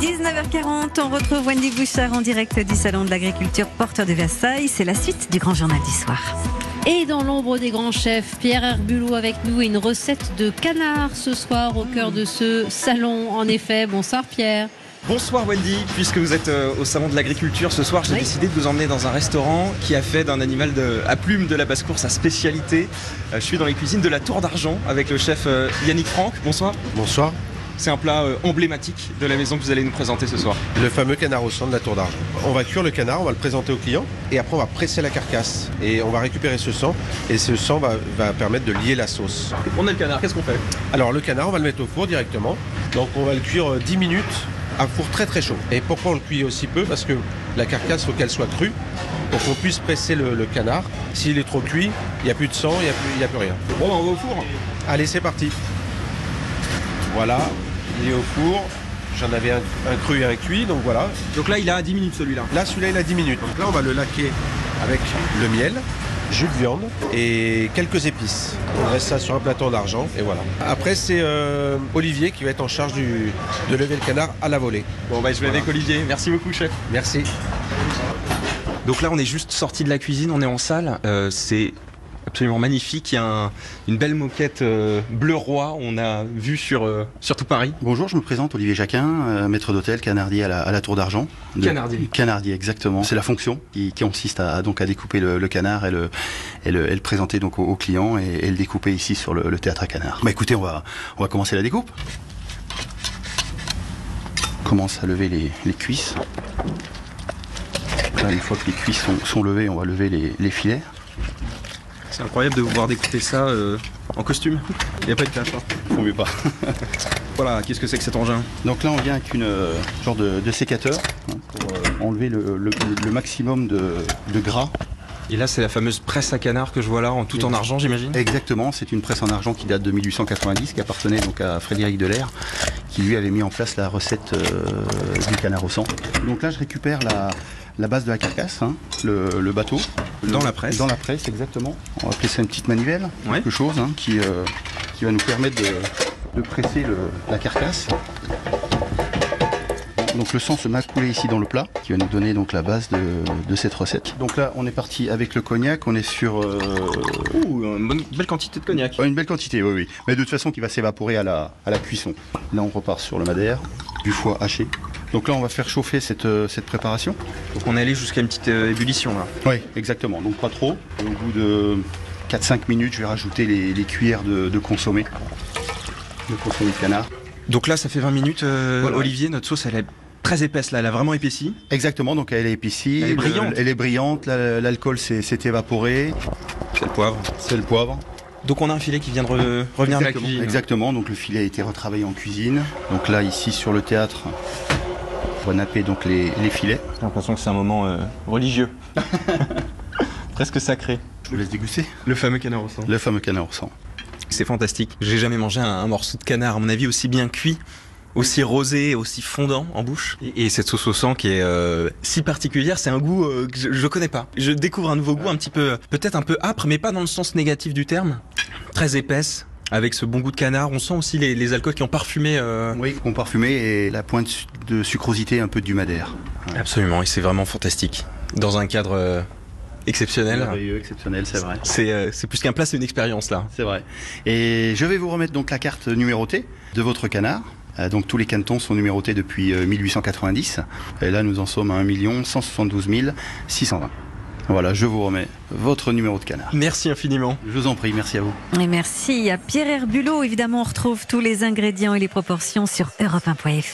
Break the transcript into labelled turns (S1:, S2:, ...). S1: 19h40, on retrouve Wendy Bouchard en direct du Salon de l'Agriculture Porteur de Versailles. C'est la suite du Grand Journal du Soir.
S2: Et dans l'ombre des grands chefs, Pierre Herbulot avec nous et une recette de canard ce soir au cœur de ce salon. En effet, bonsoir Pierre.
S3: Bonsoir Wendy, puisque vous êtes euh, au salon de l'agriculture ce soir, j'ai
S2: Oui.
S3: décidé de vous emmener dans un restaurant qui a fait d'un animal de, à plume de la basse-cour sa spécialité. Euh, je suis dans les cuisines de la Tour d'Argent avec le chef euh, Yannick Franck. Bonsoir.
S4: Bonsoir.
S3: C'est un plat euh, emblématique de la maison que vous allez nous présenter ce soir.
S4: Le fameux canard au sang de la tour d'argent. On va cuire le canard, on va le présenter au client et après on va presser la carcasse et on va récupérer ce sang et ce sang va, va permettre de lier la sauce.
S3: On a le canard, qu'est-ce qu'on fait
S4: Alors le canard, on va le mettre au four directement. Donc on va le cuire euh, 10 minutes à four très très chaud. Et pourquoi on le cuit aussi peu Parce que la carcasse, faut qu'elle soit crue pour qu'on puisse presser le, le canard. S'il est trop cuit, il n'y a plus de sang, il n'y a, plus- il y a plus rien.
S3: Bon, bah, on va au four.
S4: Allez, c'est parti. Voilà, il est au four. J'en avais un- un cru et un cuit, donc voilà,
S3: Donc là, il a 10 minutes celui-là.
S4: Là, celui-là, il a 10 minutes. Donc là, on va le laquer avec le miel, jus de viande et quelques épices. On reste ça sur un plateau d'argent et voilà. Après, c'est euh, Olivier qui va être en charge du- de lever le canard à la volée.
S3: Bon, bah, je vais
S4: Voilà.
S3: avec Olivier. Merci beaucoup, chef.
S4: Merci.
S3: Donc là, on est juste sorti de la cuisine, on est en salle. Euh, c'est absolument magnifique. Il y a un- une belle moquette euh, bleu roi. On a vu sur, euh, sur tout Paris.
S5: Bonjour, je me présente Olivier Jacquin, euh, maître d'hôtel canardier à la, à la Tour d'Argent. De-
S3: Canardier.
S5: Canardier, exactement. C'est la fonction qui, qui consiste à, à donc à découper le, le canard et le, et le, et le présenter donc au, au client et, et le découper ici sur le, le théâtre à canard. Bah écoutez, on va, on va commencer la découpe. On commence à lever les, les cuisses. Là, une fois que les cuisses sont, sont levées, on va lever les, les filets.
S3: C'est incroyable de vous voir découper ça euh, en costume. Il n'y a pas de tâche. hein.
S5: Faut mieux pas.
S3: Voilà, qu'est-ce que c'est que cet engin
S5: Donc là, on vient avec une euh, genre de, de sécateur hein, pour euh, enlever le, le- le maximum de, de gras.
S3: Et là, c'est la fameuse presse à canard que je vois là, en tout en argent, j'imagine.
S5: Exactement, c'est une presse en argent qui date de 1890, qui appartenait donc à Frédéric Delair, qui lui avait mis en place la recette euh, du canard au sang. Donc là, je récupère la, la base de la carcasse, hein, le, le bateau.
S3: Dans la presse.
S5: Dans la presse, exactement. On va appeler ça une petite manivelle,
S3: Ouais.
S5: quelque chose hein, qui, euh, qui va nous permettre de, de presser le- la carcasse. Donc le sang se met à couler ici dans le plat, qui va nous donner donc la base de, de cette recette. Donc là, on est parti avec le cognac, on est sur euh,
S3: Ouh, une bonne- belle quantité de cognac.
S5: Ouais, Une belle quantité, oui, oui. Mais de toute façon, qui va s'évaporer à la, à la cuisson. Là, on repart sur le madère, du foie haché. Donc là, on va faire chauffer cette, euh, cette préparation.
S3: Donc on est allé jusqu'à une petite euh, ébullition là.
S5: Oui, exactement. Donc pas trop. Et au bout de 4-5 minutes, je vais rajouter les, les cuillères de, de consommé. De consommé de canard.
S3: Donc là, ça fait 20 minutes. euh,
S5: Voilà.
S3: Olivier, notre sauce, elle est très épaisse là, elle a vraiment épaissi.
S5: Exactement, donc elle est épicée.
S3: Elle est
S5: le-
S3: brillante.
S5: Elle est brillante, la- l'alcool s'est s'est évaporé.
S3: C'est le poivre.
S5: C'est le poivre.
S3: Donc on a un filet qui vient de re- revenir de la
S5: Exactement,
S3: cuisine.
S5: Exactement, donc le filet a été retravaillé en cuisine. Donc là, ici, sur le théâtre, on va napper donc les- les filets.
S3: J'ai l'impression que c'est un moment euh, religieux. Presque sacré.
S5: Je vous laisse déguster.
S3: Le fameux canard au sang.
S5: Le fameux canard au sang.
S3: C'est fantastique. J'ai jamais mangé un, un morceau de canard, à mon avis, aussi bien cuit, aussi rosé, aussi fondant en bouche. Et, et cette sauce au sang qui est euh, si particulière, c'est un goût euh, que je, je connais pas. Je découvre un nouveau goût, un petit peu, peut-être un peu âpre, mais pas dans le sens négatif du terme. Très épaisse, avec ce bon goût de canard. On sent aussi les, les alcools qui ont parfumé. euh,
S5: Oui, on parfumé et la pointe su- de sucrosité un peu du madère.
S3: Absolument, et c'est vraiment fantastique. Dans un cadre euh, exceptionnel.
S5: Merveilleux, exceptionnel, c'est vrai.
S3: C'est euh, c'est plus qu'un plat, c'est une expérience là.
S5: C'est vrai. Et je vais vous remettre donc la carte numérotée de votre canard. Euh, Donc tous les cantons sont numérotés depuis euh, 1890. Et là, nous en sommes à 1 172 620. Voilà, je vous remets votre numéro de canard.
S3: Merci infiniment.
S5: Je vous en prie, merci à vous.
S1: Et merci à Pierre Herbulot. Évidemment, on retrouve tous les ingrédients et les proportions sur europe1.fr.